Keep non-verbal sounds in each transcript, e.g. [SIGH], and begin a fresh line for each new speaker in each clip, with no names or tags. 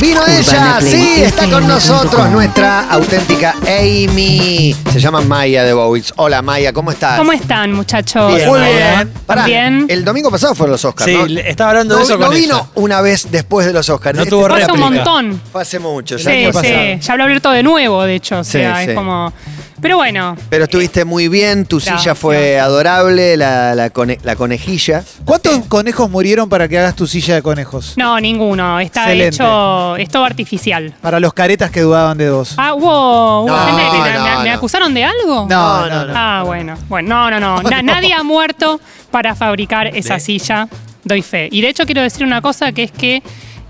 Vino
Urbana
ella,
Play
sí, está con
FM.com.
nosotros nuestra auténtica Amy. Se llama Maya de Bowitz. Hola Maya, ¿cómo estás?
¿Cómo están, muchachos?
Bien,
Muy
Maya.
Ah, bien. Pará,
Bien.
El domingo pasado fueron los Oscars,
Sí,
¿no?
le- estaba hablando
No,
de eso
no
con
vino
ella.
una vez después de los Oscars.
No tuvo
fue la
Pasa un
primera.
montón.
Fue hace mucho, ya
Sí,
el año pasado.
sí. Ya habló Alberto de nuevo, de hecho. O
Sí,
sea,
sí.
es como. Pero bueno,
Pero estuviste muy bien, tu
Gracias.
silla fue adorable, la, la cone- la conejilla.
¿Cuántos conejos murieron para que hagas tu silla de conejos?
no, ninguno. Está
Excelente.
hecho. Es todo artificial.
Para los caretas que dudaban de dos.
Ah, hubo, hubo
No,
gente que me,
no,
me- me
no.
acusaron de algo.
No, no, no.
Ah, bueno. Bueno, no, no, no. Na- Nadie ha muerto para fabricar esa silla. Doy fe. Y de hecho quiero decir una cosa que es que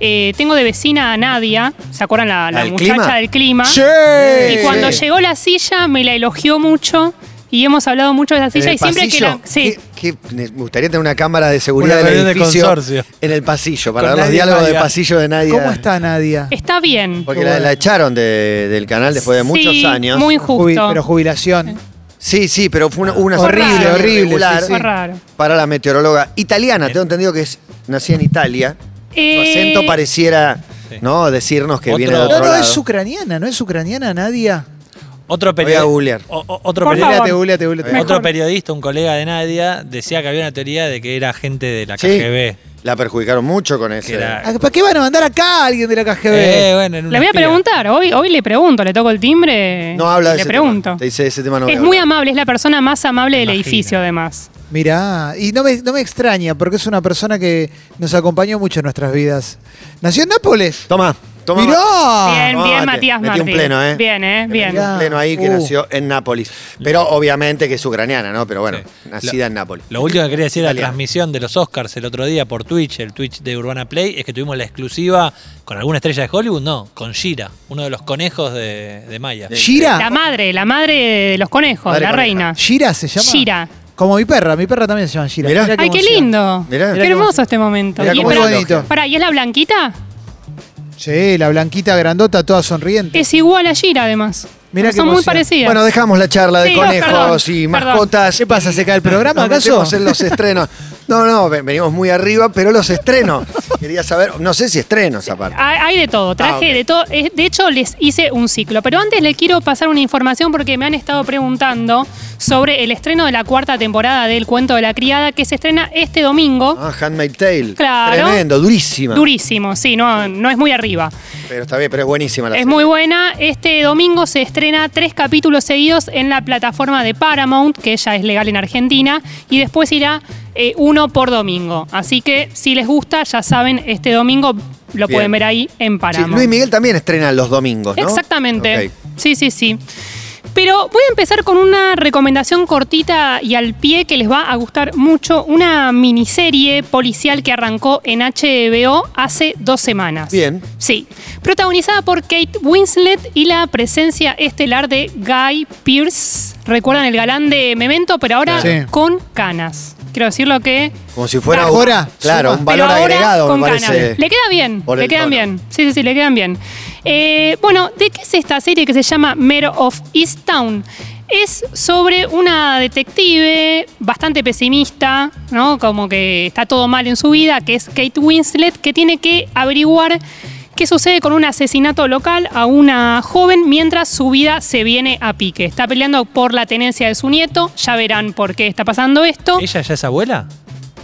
eh, tengo de vecina a Nadia, ¿se acuerdan la, la
¿Al
muchacha
clima?
del clima?
Eh,
¡Che!
Y
Sí.
cuando llegó la silla me la elogió mucho y hemos hablado mucho de esa
¿En
silla
el
y siempre que la...
pasillo?
Sí.
¿Qué- qué- me gustaría tener una cámara de seguridad
Una
del
reunión de
edificio
consorcio.
en el pasillo, para
Con
ver los
nadie,
diálogos de
Nadia.
pasillo de nadie.
¿Cómo está Nadia?
Está bien.
Porque la, la echaron de- del canal después de muchos
Sí,
años.
Muy Ah.
Jubi-
injusto.
pero jubilación.
Sí, sí, pero fue una, una
Horrible,
situación
horrible,
irregular
sí,
Fue raro.
para la meteoróloga italiana. Tengo entendido que es nacida en Italia. Su
Eh,
acento pareciera,
Sí.
¿no? Decirnos que
Otro-
viene de otro
No, no,
lado.
es ucraniana, no es ucraniana Nadia.
Otro,
Voy a
periodi-
googlear.
o- o- otro,
Por
periodi-
favor.
Googleate, googleate, googleate.
Mejor.
otro periodista, un colega de Nadia, decía que había una teoría de que era gente de la
Sí.
KGB.
La perjudicaron mucho con
Que
ese.
era-
Ah, ¿Para qué van a mandar acá a alguien de la KGB?
Eh, bueno, era una
Le voy a
espía.
preguntar, hoy, hoy le pregunto, le toco el timbre.
No habla
y
de
Le
ese
pregunto.
tema. Te dice ese tema no voy a
Es muy
hablar.
amable, es la persona más amable del
Imagino.
edificio, además.
Mirá, y no me, no me extraña, porque es una persona que nos acompañó mucho en nuestras vidas. Nació en Nápoles.
Toma, toma.
Mirá.
bien, bien,
Mate,
Matías
Ah, metí un
Martín.
pleno, ¿eh?
Bien, ¿eh?
Le metí
Bien.
Un pleno ahí que
Uh.
nació en Nápoles. Pero obviamente que es ucraniana, ¿no? Pero bueno,
Sí.
nacida en Nápoles.
Lo último que quería decir era la
Italiano.
transmisión de los Oscars el otro día por Twitch, el Twitch de Urbana Play, es que tuvimos la exclusiva con alguna estrella de Hollywood, no, con Shira, uno de los conejos de, de Maya.
La
¿Gira?
madre, la madre de los conejos,
Madre
la
coneja.
reina.
¿Gira se llama?
Gira.
Como mi perra, mi perra también se llama Gira.
Mirá.
Ay, qué
emoción.
lindo.
Mirá. Mirá
qué
qué
hermoso este momento.
Mirá
Y
cómo
pará,
Muy bonito.
pará, ¿y es la blanquita?
Sí, la blanquita grandota, toda sonriente.
Es igual a Gira, además.
Mirá qué
Son muy
emoción.
parecidas.
Bueno, dejamos la charla de
Sí,
conejos
perdón,
y
perdón.
mascotas.
¿Qué pasa? ¿Se cae el programa
Nos
acaso?
metemos en
[LAUGHS]
los estrenos. No, no, ve- venimos muy arriba, pero los
[LAUGHS]
estrenos. Quería saber, no sé si estrenos aparte.
Hay, hay de todo, traje
Ah, ok.
de todo. Eh, De hecho, les hice un ciclo. Pero antes les quiero pasar una información porque me han estado preguntando sobre el estreno de la cuarta temporada del Cuento de la Criada que se estrena este domingo.
Ah, Handmaid Tale.
Claro.
Tremendo, durísima.
Durísimo, sí, no, no es muy arriba.
Pero está bien, pero es buenísima la
Es
serie.
muy buena. Este domingo se estrena tres capítulos seguidos en la plataforma de Paramount, que ya es legal en Argentina, y después irá eh, uno por domingo. Así que si les gusta, ya saben, este domingo lo
Bien.
pueden ver ahí en
Sí,
Paramount.
Luis Miguel también estrena los domingos, ¿no?
Exactamente.
Ok.
Sí, sí, sí. Pero voy a empezar con una recomendación cortita y al pie que les va a gustar mucho, una miniserie policial que arrancó en HBO hace dos semanas.
Bien.
Sí. Protagonizada por Kate Winslet y la presencia estelar de Guy Pearce. Recuerdan el galán de Memento, pero ahora
Sí.
con canas. Quiero decirlo que
Como si fuera
Ah,
un-
ahora,
claro,
suma.
un valor
pero ahora
agregado,
con
me
canas.
parece.
Le queda bien,
por
le
el
quedan
tono.
bien. Sí, sí, sí, le quedan bien. Eh, bueno, ¿de qué es esta serie que se llama Mare of Easttown? Es sobre una detective bastante pesimista, ¿no? Como que está todo mal en su vida, que es Kate Winslet, que tiene que averiguar qué sucede con un asesinato local a una joven mientras su vida se viene a pique. Está peleando por la tenencia de su nieto, ya verán por qué está pasando esto.
¿Ella ya es abuela?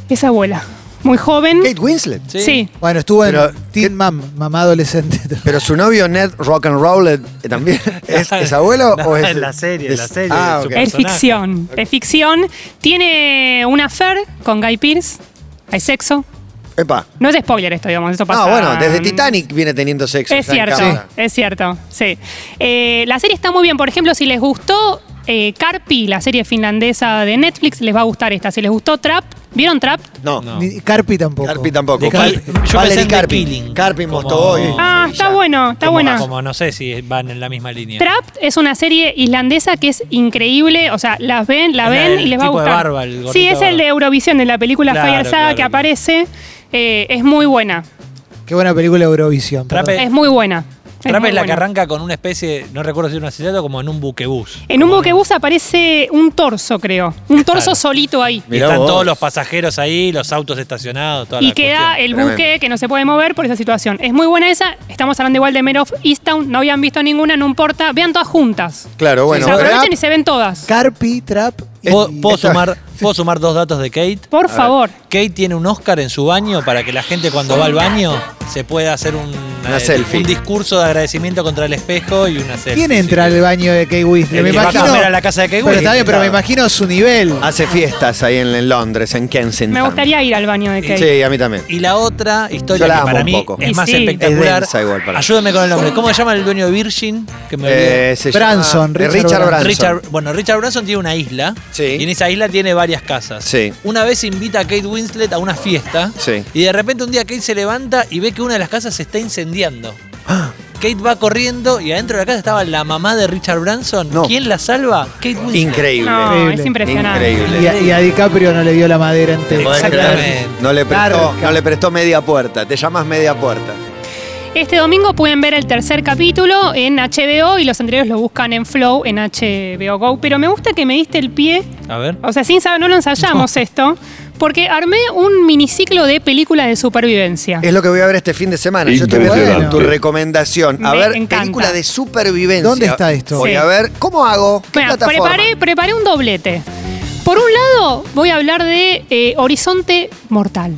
Es abuela, muy joven.
Kate Winslet.
Sí.
Bueno, estuvo en
Pero, ¿qué-
Teen Mam, mamá adolescente.
Pero su novio Ned Rock and Roll eh,
[LAUGHS]
también es, es abuelo
No,
o es
en la serie, en
es-
la serie,
Ah,
en su
ok.
Es
personaje.
ficción, es ficción. Tiene una affair con Guy Pierce. Hay sexo.
Epa.
No es spoiler esto, digamos. Esto pasa.
Ah, bueno, desde Titanic viene teniendo sexo.
Es
ya en
cierto,
cámara.
es cierto, sí. Eh, la serie está muy bien. Por ejemplo, si les gustó eh, Carpi, la serie finlandesa de Netflix, les va a gustar esta. Si les gustó Trap, ¿vieron Trap?
No.
[LAUGHS]
No.
Ni- Carpi tampoco.
Carpi tampoco.
De
Val-
Carpi. Yo pensé
Valerie
en The
Carpi.
Killing.
Carpi
Como-
Mostoboy.
Ah, está
Ya.
bueno, está
Como-
buena.
Como no sé si van en la misma línea.
Trapped es una serie islandesa que es increíble, o sea, las ven, la
Es la
ven y
del
les va a
tipo de
gustar.
barba, el gordito
sí, es
barba.
el de Eurovisión, de la película
Claro,
Fire Saga
claro,
que
claro.
aparece. Eh, es muy buena,
Qué buena película de Eurovisión.
Trape-
perdón.
es muy buena.
Trap
muy
Eh, es la que
bueno.
arranca con una especie, no recuerdo si era un asesinato, como en un buquebús.
En un buquebús aparece un torso, creo. Un torso
Claro.
solito ahí.
Y
Mirá
están
vos.
todos los pasajeros ahí, los autos estacionados, toda
Y
la
queda
cuestión.
el
Tremendo.
buque que no se puede mover por esa situación. Es muy buena esa. Estamos hablando igual de Mare of Easttown. No habían visto ninguna, no importa. Vean todas juntas.
Claro,
Se
bueno.
Bueno,
aprovechan
rap.
y se ven todas.
Carpi, Trap. y-
¿Puedo, puedo
esta-
sumar, puedo sumar dos datos de Kate?
Por favor.
Kate tiene un Oscar en su baño para que la gente cuando va al baño se pueda hacer un, eh,
Una selfie.
un discurso de agradecimiento contra el espejo y una selfie.
¿Quién entra
sí.
al baño de Kay Whistler?
El
Me
que va a
imagino.
comer a la casa de Kay
Pero está
Whistler.
bien, pero me imagino su nivel.
Ah,
Hace fiestas ahí en, en Londres, en Kensington.
Me gustaría ir al baño de Kate.
Sí, a mí también.
Y la otra
Yo
historia
la
que
amo
para
un
mí
poco.
es
Y
más
sí.
espectacular.
Es densa igual para mí.
Ayúdame con el nombre. ¿Cómo se llama el dueño de Virgin? Que me olvidé.
Eh, se
Branson,
llama- eh,
Richard
Richard Branson.
Branson.
Richard, bueno, Richard Branson tiene una isla
Sí.
y en esa isla tiene varias casas.
Sí.
Una vez invita a Kate Winslet a una fiesta
Sí.
y de repente un día Kate se levanta y ve que una de las casas se está incendiando. Kate va corriendo y adentro de la casa estaba la mamá de Richard Branson.
No.
¿Quién la salva? Kate Winslet.
Increíble.
No,
Increíble.
es impresionante.
Increíble.
Y a, y a DiCaprio no le dio la madera entera.
¿Podés
Exactamente.
creer? No le, prestó,
Garca.
no le prestó media puerta. Te llamas media puerta.
Este domingo pueden ver el tercer capítulo en HBO y los anteriores lo buscan en Flow, en HBO Go. Pero me gusta que me diste el pie.
A ver.
O sea, sin saber, no lo ensayamos esto. Porque armé un miniciclo de películas de supervivencia.
Es lo que voy a ver este fin de semana. Yo estoy
Impresionante.
viendo tu recomendación. A
Me
ver,
encanta.
película de supervivencia.
¿Dónde está esto?
Voy
Sí.
a ver, ¿cómo hago? ¿Qué
Bueno,
plataforma?
preparé, preparé un doblete. Por un lado, voy a hablar de eh, Horizonte Mortal.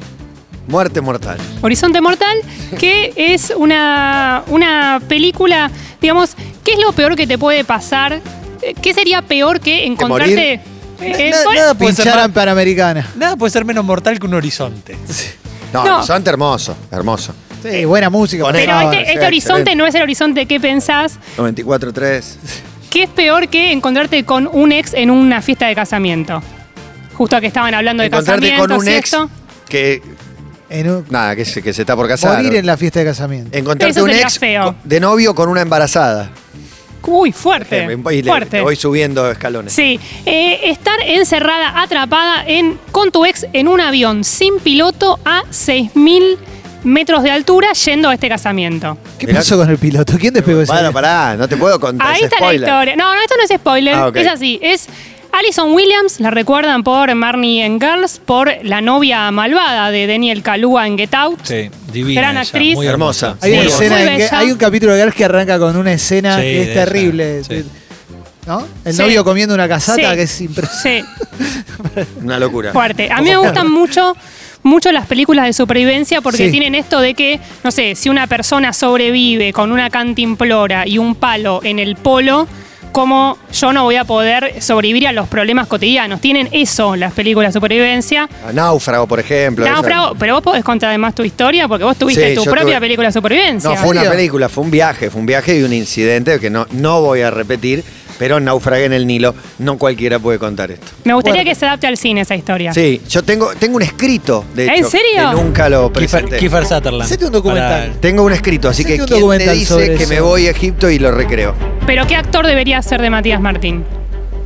Muerte mortal.
Horizonte Mortal, que es una, una película, digamos, ¿qué es lo peor que te puede pasar? Eh, ¿Qué sería peor que encontrarte? Eh,
Na-
bueno,
nada, puede ser
Pinchar
más-
a Panamericana.
nada puede ser menos mortal que un horizonte.
No,
No.
Horizonte hermoso, hermoso.
Sí, buena música.
Con
por
él.
pero
favor.
este, este
sí,
horizonte
Ah, excelente.
no es el horizonte que pensás.
94.3.
¿Qué es peor que encontrarte con un ex en una fiesta de casamiento? Justo que estaban hablando de
Encontrarte
casamiento,
con un ex que,
En un-
nada, que se, que se está por casar.
morir en la fiesta de casamiento.
Encontrarte
Eso
un
sería
ex
feo.
co- de novio con una embarazada.
Uy, fuerte.
Y le-
fuerte.
voy subiendo escalones.
Sí, eh, estar encerrada, atrapada en, con tu ex en un avión sin piloto a 6.000 metros de altura yendo a este casamiento.
¿Qué
Mirá
pasó
que-
con el piloto? ¿Quién despegó ese?
Bueno, pará, no te puedo contar.
Ahí
es
está
spoiler.
la historia. No, no, esto no es spoiler,
Ah, ok.
es así. Es Alison Williams, la recuerdan por Marnie en Girls, por la novia malvada de Daniel Kalua en Get Out.
Sí, divina.
Gran
ella,
actriz.
muy
Hermosa.
Hay una
Sí,
escena
muy
en que
bella.
hay un capítulo de Girls que arranca con una escena
Sí,
que es
de
terrible.
ella, sí.
¿No? El
Sí.
novio comiendo una casata
Sí.
que es impresionante.
Sí,
Una locura.
fuerte. A mí me gustan mucho, mucho las películas de supervivencia porque
Sí.
tienen esto de que, no sé, si una persona sobrevive con una cantimplora y un palo en el polo, como yo no voy a poder sobrevivir a los problemas cotidianos. Tienen eso las películas de supervivencia.
A Náufrago, por ejemplo.
Náufrago, pero vos podés contar además tu historia porque vos tuviste
Sí,
tu
yo
propia
tuve-
película de supervivencia.
No, fue una
¿En serio?
película, fue un viaje, fue un viaje y un incidente que no, no voy a repetir, pero naufragué en el Nilo. No cualquiera puede contar esto.
Me gustaría que se adapte al cine esa historia.
Sí, yo tengo, tengo un escrito, de
¿En
hecho.
serio?
Que nunca lo
Kiefer,
presenté.
Kiefer Sutherland.
Hacete un documental.
Para-
Tengo un escrito, así
Hacete
que
un
quien me
documental sobre
dice que
eso.
me voy a Egipto y lo recreo.
Pero ¿qué actor debería ser de Matías Martín?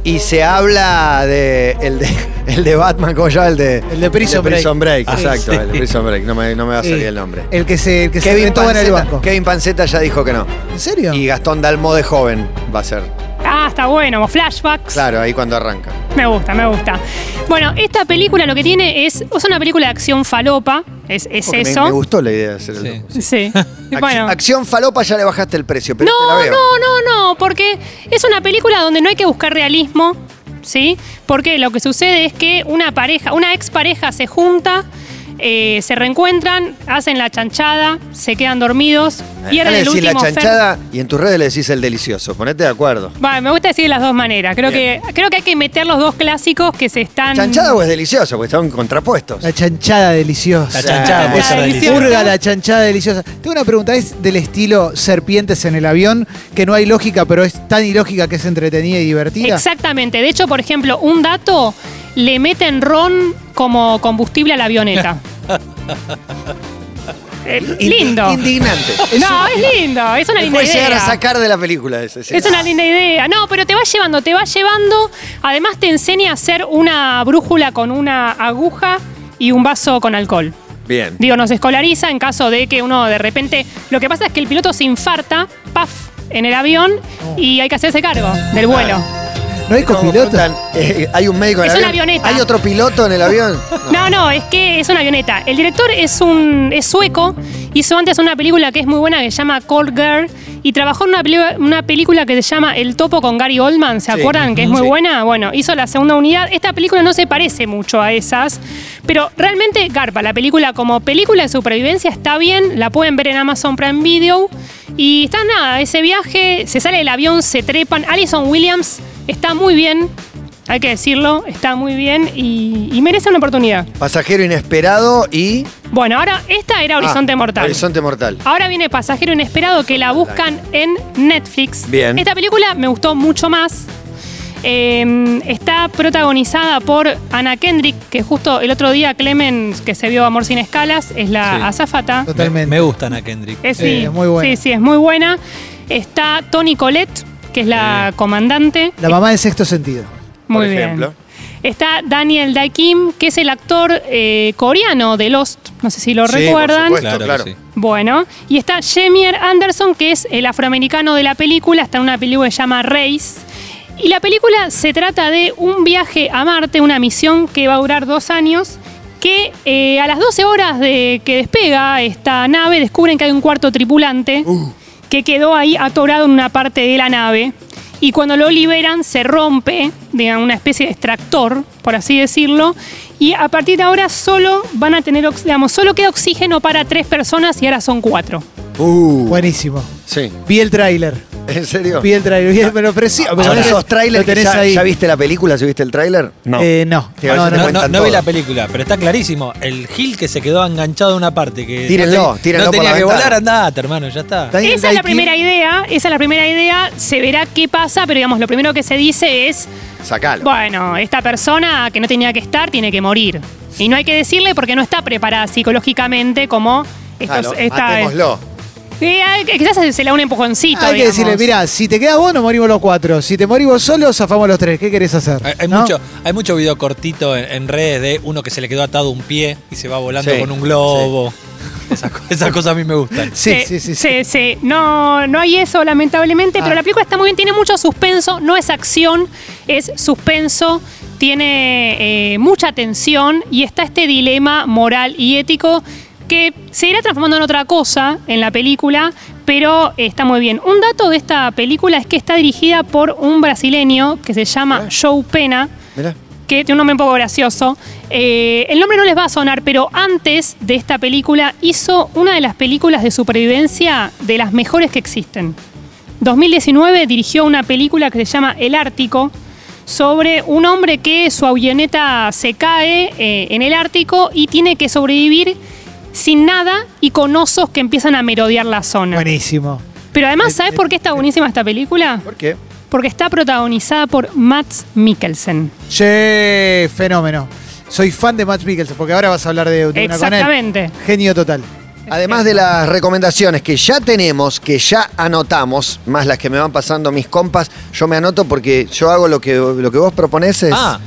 Y se habla de el de, [LAUGHS] el de Batman, ¿cómo se llama? El de,
El de Prison Break. Ah,
exacto,
sí.
el de Prison Break. No me, no me va a salir el nombre.
El que se, el que se
Kevin
retó en el
Panceta,
banco.
Kevin Panceta ya dijo que no.
¿En serio?
Y Gastón Dalmó de joven va a ser.
Ah, está bueno, como flashbacks.
Claro, ahí cuando arranca.
Me gusta, me gusta. Bueno, esta película lo que tiene es. Es una película de acción falopa. Es, es
Porque me-
eso.
Me, gustó la idea de hacer el
Sí.
loco.
Sí.
Ac-
bueno.
[LAUGHS] Acción falopa ya le bajaste el precio, pero te
no,
la veo.
no, no, no, porque es una película donde no hay que buscar realismo, ¿sí? Porque lo que sucede es que una pareja, una expareja se junta, eh, se reencuentran, hacen la chanchada, se quedan dormidos,
Acá
pierden
Eh, le
el
decís la
último fer- Mm.
chanchada y en tus redes le decís el delicioso. Ponete de acuerdo.
Bueno, me gusta decir de las dos maneras. Creo que,
Bien.
creo que hay que meter los dos clásicos que se están.
¿Chanchada o es delicioso? Porque estaban contrapuestos.
La chanchada deliciosa.
La chanchada puede ser
La
deliciosa.
deliciosa.
Purga la chanchada deliciosa. Tengo una pregunta, es del estilo serpientes en el avión, que no hay lógica, pero es tan ilógica que es entretenida y divertida.
Exactamente. De hecho, por ejemplo, un dato le meten ron como combustible a
[LAUGHS]
la avioneta. Eh, lindo.
Indignante.
[LAUGHS] no, es lindo. Es una
Te
linda
puede
idea.
llegar a sacar de la película ese. sí.
Es una linda idea. No, pero te va llevando, te va llevando. Además, te enseña a hacer una brújula con una aguja y un vaso con alcohol.
Bien.
Digo, nos escolariza en caso de que uno de repente. Lo que pasa es que el piloto se infarta, paf, en el avión y hay que hacerse cargo del vuelo.
No hay
¿Cómo
copiloto.
preguntan? Eh, ¿Hay un médico en
Es
el
una
avión?
avioneta.
¿Hay otro piloto en el
[LAUGHS]
avión?
No, no, es que es una avioneta. El director es un es sueco, hizo antes una película que es muy buena que se llama Cold Girl y trabajó en una, peli- una película que se llama El Topo con Gary Oldman, ¿se
Sí,
acuerdan? Que es
ujú,
muy
sí.
buena. Bueno, hizo la segunda unidad. Esta película no se parece mucho a esas, pero realmente garpa. La película como película de supervivencia está bien, la pueden ver en Amazon Prime Video. Y está nada, ese viaje, se sale del avión, se trepan. Alison Williams está muy bien. Hay que decirlo, está muy bien y- y merece una oportunidad.
Pasajero inesperado y.
Bueno, ahora esta era Horizonte
Ah,
Mortal.
Horizonte mortal.
Ahora viene Pasajero Inesperado que la buscan en Netflix.
Bien.
Esta película me gustó mucho más. Eh, está protagonizada por Ana Kendrick, que justo el otro día Clemens, que se vio Amor sin escalas, es la
Sí.
azafata.
Totalmente.
Me, me gustan a Kendrick.
Es,
Sí,
sí,
es muy buena.
Sí, sí, es muy buena. Está Toni Colette, que es la comandante.
La mamá de sexto sentido.
Muy
por ejemplo.
bien. Está Daniel Dae Kim, que es el actor eh, coreano de Lost. No sé si lo
Sí, por
recuerdan.
supuesto,
que
claro.
sí.
Bueno, y está Jemier Anderson, que es el afroamericano de la película, está en una película que se llama Race. Y la película se trata de un viaje a Marte, una misión que va a durar dos años, que eh, a las 12 horas de que despega esta nave descubren que hay un cuarto tripulante que quedó ahí atorado en una parte de la nave. Y cuando lo liberan se rompe, digamos, una especie de extractor, por así decirlo. Y a partir de ahora solo van a tener, ox- digamos, solo queda oxígeno para tres personas y ahora son cuatro.
Uh,
Buenísimo.
Sí.
Vi el tráiler.
¿En serio?
Vi el tráiler. Vi- Me lo ofrecí. me lo
Son
tenés-
esos trailers
lo tenés
que ya,
ahí.
ya viste la película? ¿Sí viste el trailer? No.
Eh, no.
Te vas
No,
a
no,
te
No, no,
cuentan
no vi
todo.
la película, pero está clarísimo. El Gil que se quedó enganchado a una parte que.
Tírenlo,
no
tírenlo
No
por
tenía
la
que
ventana.
volar, andate, hermano, ya está.
Daniel
Esa es la
Day-Kim,
primera idea, esa es la primera idea, se verá qué pasa, pero digamos, lo primero que se dice es,
Sacalo.
bueno, esta persona que no tenía que estar tiene que morir. Y no hay que decirle porque no está preparada psicológicamente como estos,
Claro,
esta-
matémoslo.
Eh, hay- quizás se le da un empujoncito.
Hay que
digamos.
decirle, mirá, si te quedas vos, nos morimos los cuatro. Si te morís vos solo, zafamos los tres. ¿Qué querés hacer?
Hay, hay
¿No?
mucho, hay mucho video cortito en, en redes de uno que se le quedó atado un pie y se va volando
Sí,
con un globo. Esas, co- esas cosas a mí me gustan.
Sí,
Se-
sí, sí. sí.
se- se- No, no hay eso, lamentablemente,
Ah.
pero la película está muy bien, tiene mucho suspenso, no es acción, es suspenso, tiene eh, mucha tensión y está este dilema moral y ético que se irá transformando en otra cosa en la película, pero está muy bien. Un dato de esta película es que está dirigida por un brasileño que se llama Joe Pena
Mirá.
que tiene un nombre un poco gracioso. Eh, el nombre no les va a sonar, pero antes de esta película hizo una de las películas de supervivencia de las mejores que existen. 2019 dirigió una película que se llama El Ártico, sobre un hombre que su avioneta se cae eh, en el Ártico y tiene que sobrevivir sin nada y con osos que empiezan a merodear la zona.
Buenísimo.
Pero
eh,
además, ¿sabes por qué está buenísima esta película?
¿Por qué?
Porque está protagonizada por Mats Mikkelsen.
Che, fenómeno. Soy fan de Matt Mikkelsen, porque ahora vas a hablar de, de una con él.
Exactamente.
Genio total.
Además de las recomendaciones que ya tenemos, que ya anotamos, más las que me van pasando mis compas, yo me anoto porque yo hago lo que, lo que vos proponés es...
Ah,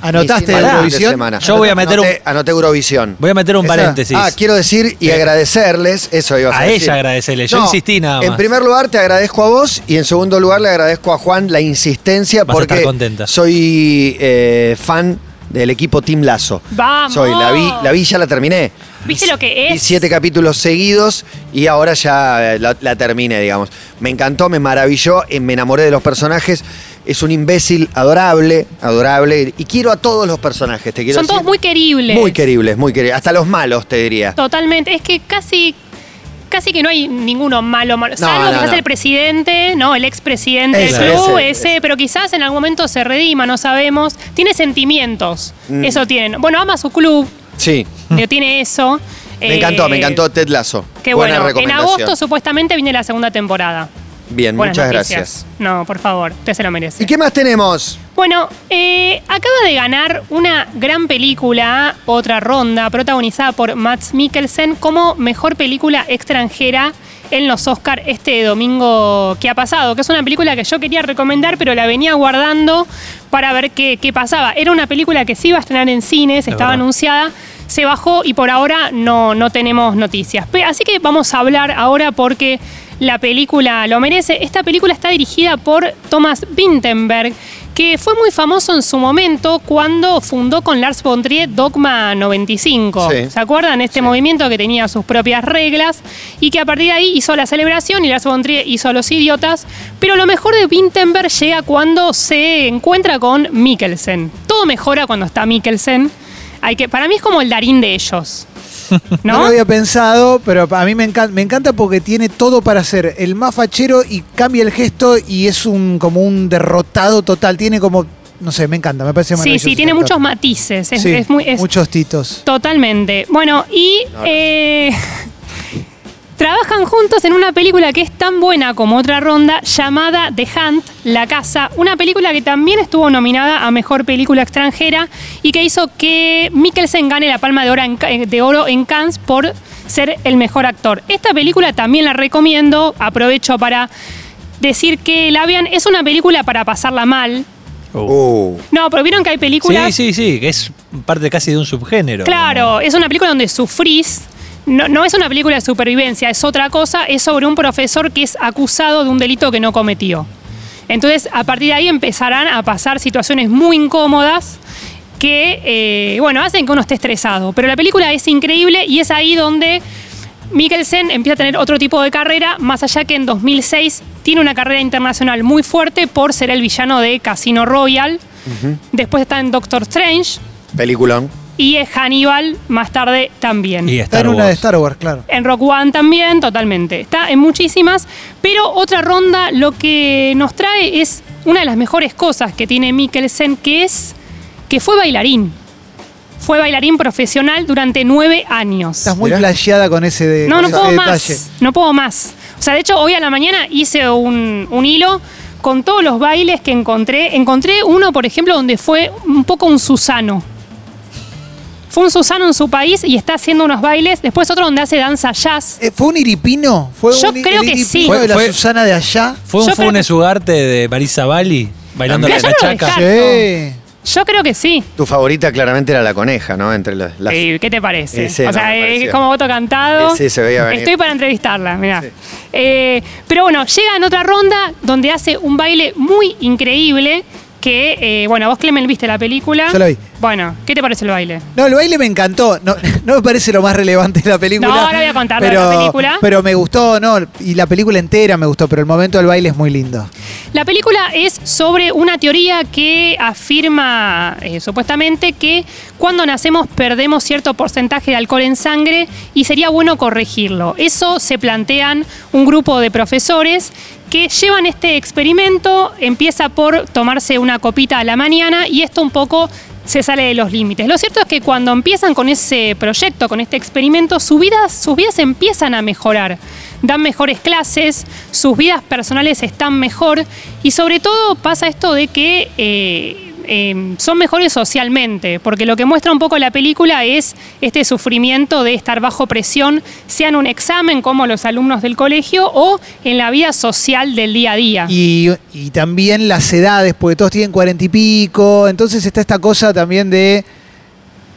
mi
¿anotaste
fin de
Eurovisión?
semana.
Yo voy a meter un-
Anoté- Anoté Eurovisión.
Voy a meter un
Esa-
paréntesis.
Ah, quiero decir y
Eh,
agradecerles, eso iba a
a
decir.
ella agradecerle, yo insistí nada
En
más.
primer lugar te agradezco a vos y en segundo lugar le agradezco a Juan la insistencia
Vas a
porque
estar contenta.
soy eh, fan del equipo Team Lazo.
¡Vamos!
Soy, la vi, la vi, ya la terminé.
¿Viste lo que
Vi
es?
siete capítulos seguidos y ahora ya eh, la, la terminé, digamos. Me encantó, me maravilló, eh, me enamoré de los personajes. Es un imbécil adorable, adorable. Y quiero a todos los personajes, te quiero
Son todos
decir.
muy queribles.
Muy queribles, muy queribles. Hasta los malos, te diría.
Totalmente. Es que casi. Casi que no hay ninguno malo, malo.
No,
Salvo
no,
quizás
no.
el presidente, ¿no? El expresidente del
Ese,
club,
ese,
ese, pero quizás en algún momento se redima, no sabemos. Tiene sentimientos.
Mm.
Eso tienen. Bueno, ama su club,
Sí.
le tiene eso.
Me
Eh,
encantó, me encantó Ted Lazo.
Que
Buena
bueno, en
recomendación.
agosto supuestamente viene la segunda temporada.
Bien,
Buenas
muchas
noticias.
gracias.
No, por favor, usted se lo merece.
¿Y qué más tenemos?
Bueno, eh, acaba de ganar una gran película, otra ronda, protagonizada por Max Mikkelsen como mejor película extranjera en los Oscar este domingo que ha pasado, que es una película que yo quería recomendar, pero la venía guardando para ver qué, qué pasaba. Era una película que sí iba a estrenar en cines, estaba
verdad.
anunciada, se bajó y por ahora no, no tenemos noticias. Pe- Así que vamos a hablar ahora porque la película lo merece. Esta película está dirigida por Thomas Vinterberg, que fue muy famoso en su momento cuando fundó con Lars von Trier Dogma 95.
Sí.
¿Se acuerdan? Este movimiento que tenía sus propias reglas y que a partir de ahí hizo la celebración y Lars von Trier hizo a los idiotas. Pero lo mejor de Vinterberg llega cuando se encuentra con Mikkelsen. Todo mejora cuando está Mikkelsen. Hay que, para mí es como el Darín de ellos.
¿No?
¿No?
lo había pensado, pero a mí me encanta, me encanta porque tiene todo para ser el más fachero y cambia el gesto y es un como un derrotado total. Tiene como, no sé, me encanta, me parece
Sí,
maravilloso.
sí,
ese
tiene
actor.
muchos matices. Es,
Sí,
es muy, es-
muchos titos.
Totalmente. Bueno, y
Ahora.
eh, [LAUGHS] trabajan juntos en una película que es tan buena como otra ronda llamada The Hunt, La Casa, una película que también estuvo nominada a Mejor Película Extranjera y que hizo que Mikkelsen gane la Palma de Oro en, Ca- de Oro en Cannes por ser el mejor actor. Esta película también la recomiendo, aprovecho para decir que la vean, es una película para pasarla mal.
Uh,
No, pero vieron que hay películas...
Sí, sí, sí, que es parte casi de un subgénero.
Claro, es una película donde sufrís. No, no es una película de supervivencia, es otra cosa. Es sobre un profesor que es acusado de un delito que no cometió. Entonces, a partir de ahí empezarán a pasar situaciones muy incómodas que, eh, bueno, hacen que uno esté estresado. Pero la película es increíble y es ahí donde Mikkelsen empieza a tener otro tipo de carrera, más allá que en 2006 tiene una carrera internacional muy fuerte por ser el villano de Casino Royal. Después está en Doctor Strange,
peliculón.
y es Hannibal más tarde también.
Y
Está
Star
en una de
Wars.
Star Wars, claro.
En Rock One también, totalmente. Está en muchísimas, pero otra ronda lo que nos trae es una de las mejores cosas que tiene Mikkelsen, que es que fue bailarín. Fue bailarín profesional durante nueve años.
Estás muy
Mirá.
flasheada con ese, de,
No,
con
no
eh, ese
puedo
detalle.
más. No puedo más. O sea, de hecho, hoy a la mañana hice un, un hilo con todos los bailes que encontré. Encontré uno, por ejemplo, donde fue un poco un Susano. Fue un Susano en su país y está haciendo unos bailes. Después otro donde hace danza jazz.
Eh, ¿Fue un iripino? ¿Fue
Yo
un,
creo
el
que sí.
iripino de la
Fue- fue-
Susana de allá?
Fue
Yo
un
creo
Funes Ugarte de Marisa Bali bailando
Mira,
la
yo
no lo
cachaca.
Claro.
Sí.
Yo creo que sí.
Tu favorita claramente era la coneja, ¿no? Entre las. las-
Eh, ¿Qué te parece?
Eh, sí,
o
no,
sea,
me
eh,
pareció.
como voto cantado.
Eh, sí, se veía venir.
Estoy para entrevistarla, mirá. Eh, pero bueno, llega en otra ronda donde hace un baile muy increíble. Que, eh, bueno, vos, Clemen, viste la película.
Yo la vi.
Bueno, ¿qué te parece el baile?
No, el baile me encantó. No, [LAUGHS] no me parece lo más relevante de la película.
No, ahora voy a contar lo de la película.
Pero me gustó, no, y la película entera me gustó, pero el momento del baile es muy lindo.
La película es sobre una teoría que afirma eh, supuestamente que cuando nacemos perdemos cierto porcentaje de alcohol en sangre y sería bueno corregirlo. Eso se plantean un grupo de profesores que llevan este experimento, empieza por tomarse una copita a la mañana y esto un poco se sale de los límites. Lo cierto es que cuando empiezan con ese proyecto, con este experimento, su vida- sus vidas empiezan a mejorar. Dan mejores clases, sus vidas personales están mejor y sobre todo pasa esto de que eh, eh, son mejores socialmente, porque lo que muestra un poco la película es este sufrimiento de estar bajo presión, sea en un examen como los alumnos del colegio o en la vida social del día a día.
Y, y también las edades, porque todos tienen cuarenta y pico. Entonces está esta cosa también de.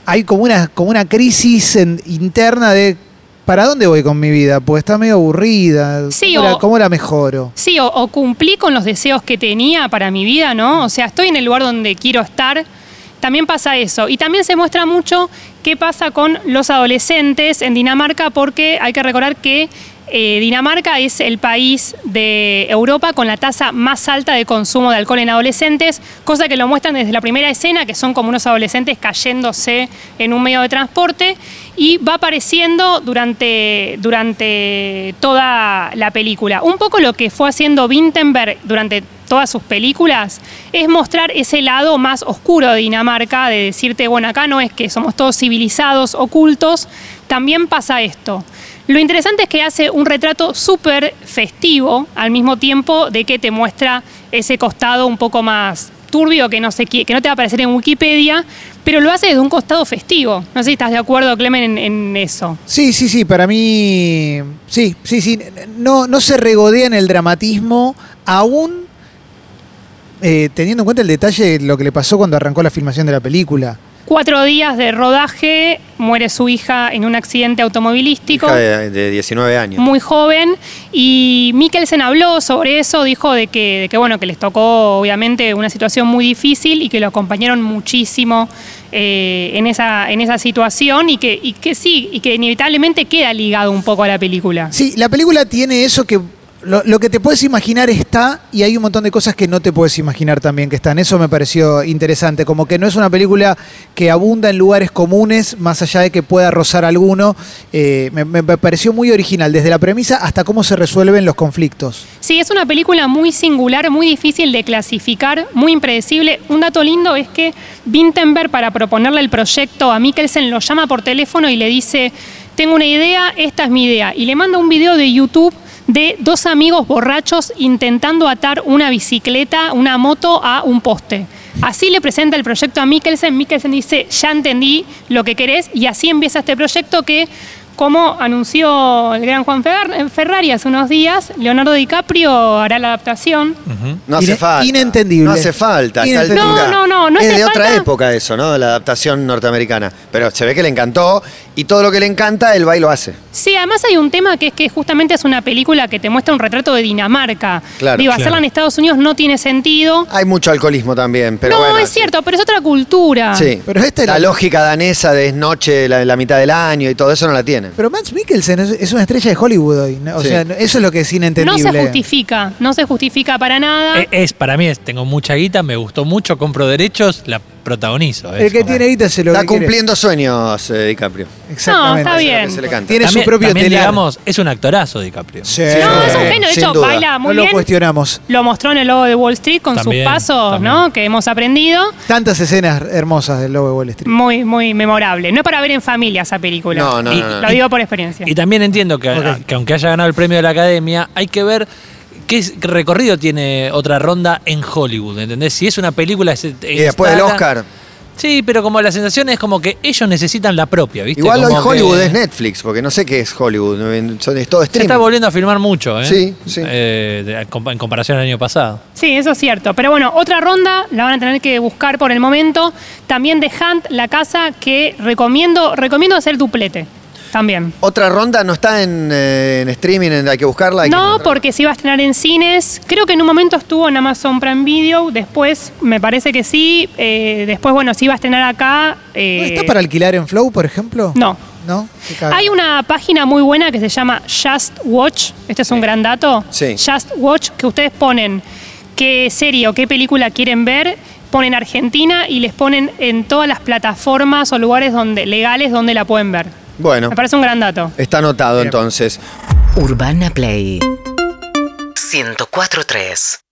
Hay como una, como una crisis en- interna de. ¿Para dónde voy con mi vida? Pues está medio aburrida.
Sí,
¿Cómo,
o-
la, cómo la mejoro?
Sí, o, o cumplí con los deseos que tenía para mi vida, ¿no? O sea, estoy en el lugar donde quiero estar. También pasa eso. Y también se muestra mucho qué pasa con los adolescentes en Dinamarca, porque hay que recordar que eh, Dinamarca es el país de Europa con la tasa más alta de consumo de alcohol en adolescentes, cosa que lo muestran desde la primera escena, que son como unos adolescentes cayéndose en un medio de transporte, y va apareciendo durante, durante eh, toda la película. Un poco lo que fue haciendo Vintenberg durante todas sus películas es mostrar ese lado más oscuro de Dinamarca, de decirte, bueno, acá no es que somos todos civilizados, ocultos, también pasa esto. Lo interesante es que hace un retrato súper festivo al mismo tiempo de que te muestra ese costado un poco más turbio que no, se qui- que no te va a aparecer en Wikipedia, pero lo hace desde un costado festivo. No sé si estás de acuerdo, Clemen, en- en eso.
Sí, sí, sí, para mí. Sí, sí, sí. No, no se regodea en el dramatismo, aún eh, teniendo en cuenta el detalle de lo que le pasó cuando arrancó la filmación de la película.
cuatro días de rodaje, muere su hija en un accidente automovilístico.
Hija de, de 19 años.
muy joven y Mikkelsen habló sobre eso, dijo de que, de que bueno, que les tocó obviamente una situación muy difícil y que lo acompañaron muchísimo eh, en, esa, en esa situación y que, y que sí, y que inevitablemente queda ligado un poco a la película.
Sí, la película tiene eso que lo, lo que te puedes imaginar está y hay un montón de cosas que no te puedes imaginar también que están. Eso me pareció interesante, como que no es una película que abunda en lugares comunes, más allá de que pueda rozar alguno. Eh, me, me pareció muy original, desde la premisa hasta cómo se resuelven los conflictos.
Sí, es una película muy singular, muy difícil de clasificar, muy impredecible. Un dato lindo es que Vintenberg, para proponerle el proyecto a Mikkelsen, lo llama por teléfono y le dice, tengo una idea, esta es mi idea. Y le manda un video de YouTube de dos amigos borrachos intentando atar una bicicleta, una moto a un poste. Así le presenta el proyecto a Mikkelsen. Mikkelsen dice, ya entendí lo que querés. Y así empieza este proyecto que como anunció el gran Juan Ferrar- Ferrari hace unos días, Leonardo DiCaprio hará la adaptación.
Mm.
Ujú.
No hace
Ine-
falta.
inentendible.
No hace falta. a esta
Inentendible.
altura.
No, no, no, no
es
hace
de otra
falta.
época eso, ¿no? La adaptación norteamericana. Pero se ve que le encantó y todo lo que le encanta, el baile lo hace.
Sí, además hay un tema que es que justamente es una película que te muestra un retrato de Dinamarca.
Claro,
Digo,
claro.
hacerla en Estados Unidos no tiene sentido.
Hay mucho alcoholismo también, pero
no,
bueno.
es cierto, pero es otra cultura.
Sí.
Ah, Pero esta es
la,
la-
lógica danesa de es noche, la, la mitad del año y todo eso no la tienen.
Pero Max Mikkelsen es, es una estrella de Hollywood hoy. ¿no? O
Sí.
sea, eso es lo que es
No
inentendible.
se justifica, no se justifica para nada.
Eh, Es, para mí, es, tengo mucha guita, me gustó mucho, compro derechos, la protagonizo. es
El que
como-
tiene guita se lo
Está
que quiere.
cumpliendo sueños, eh, DiCaprio.
Exactamente.
No, está bien.
Se le canta.
Tiene
También-
su propio
también,
telar.
digamos, es un actorazo DiCaprio.
Sí.
no,
sí,
es un genio. De
sin
hecho,
duda.
baila Ah, muy
no lo
bien.
cuestionamos.
Lo mostró en el logo de Wall Street con
También,
sus pasos,
también.
¿no? Que hemos aprendido.
Tantas escenas hermosas del Lobo de Wall Street.
Muy, muy memorable. No es para ver en familia esa película.
No, no,
Y-
no, no.
Lo digo por experiencia.
Y también entiendo que,
Ok.
que aunque haya ganado el premio de la academia, hay que ver qué es- qué recorrido tiene otra ronda en Hollywood, ¿entendés? Si es una película... es-
Y después del
está-
Oscar.
Sí, pero como la sensación es como que ellos necesitan la propia, ¿viste?
Igual hoy
Como que-
Hollywood es Netflix, porque no sé qué es Hollywood. no- son- Es todo
Se está
streaming.
volviendo a filmar mucho, ¿eh?
Sí, sí.
Eh, de- compa- en comparación al año pasado.
Sí, eso es cierto. Pero bueno, otra ronda la van a tener que buscar por el momento. También de Hunt, la casa que recomiendo, recomiendo hacer duplete. También.
Otra ronda no está en, eh, en streaming, en- hay que buscarla. hay que
No,
encontrarla.
porque se iba a estrenar en cines. Creo que en un momento estuvo en Amazon Prime Video. Después, me parece que sí. Eh, después, bueno, se iba a estrenar acá. eh,
¿No ¿Está para alquilar en Flow, por ejemplo?
No.
¿No? Qué cagada.
Hay una página muy buena que se llama Just Watch. Este es un gran dato.
Sí.
Just Watch, que ustedes ponen qué serie o qué película quieren ver, ponen Argentina y les ponen en todas las plataformas o lugares donde, legales donde la pueden ver.
Bueno,
Me parece un gran dato.
está anotado entonces.
Urbana Play 104.3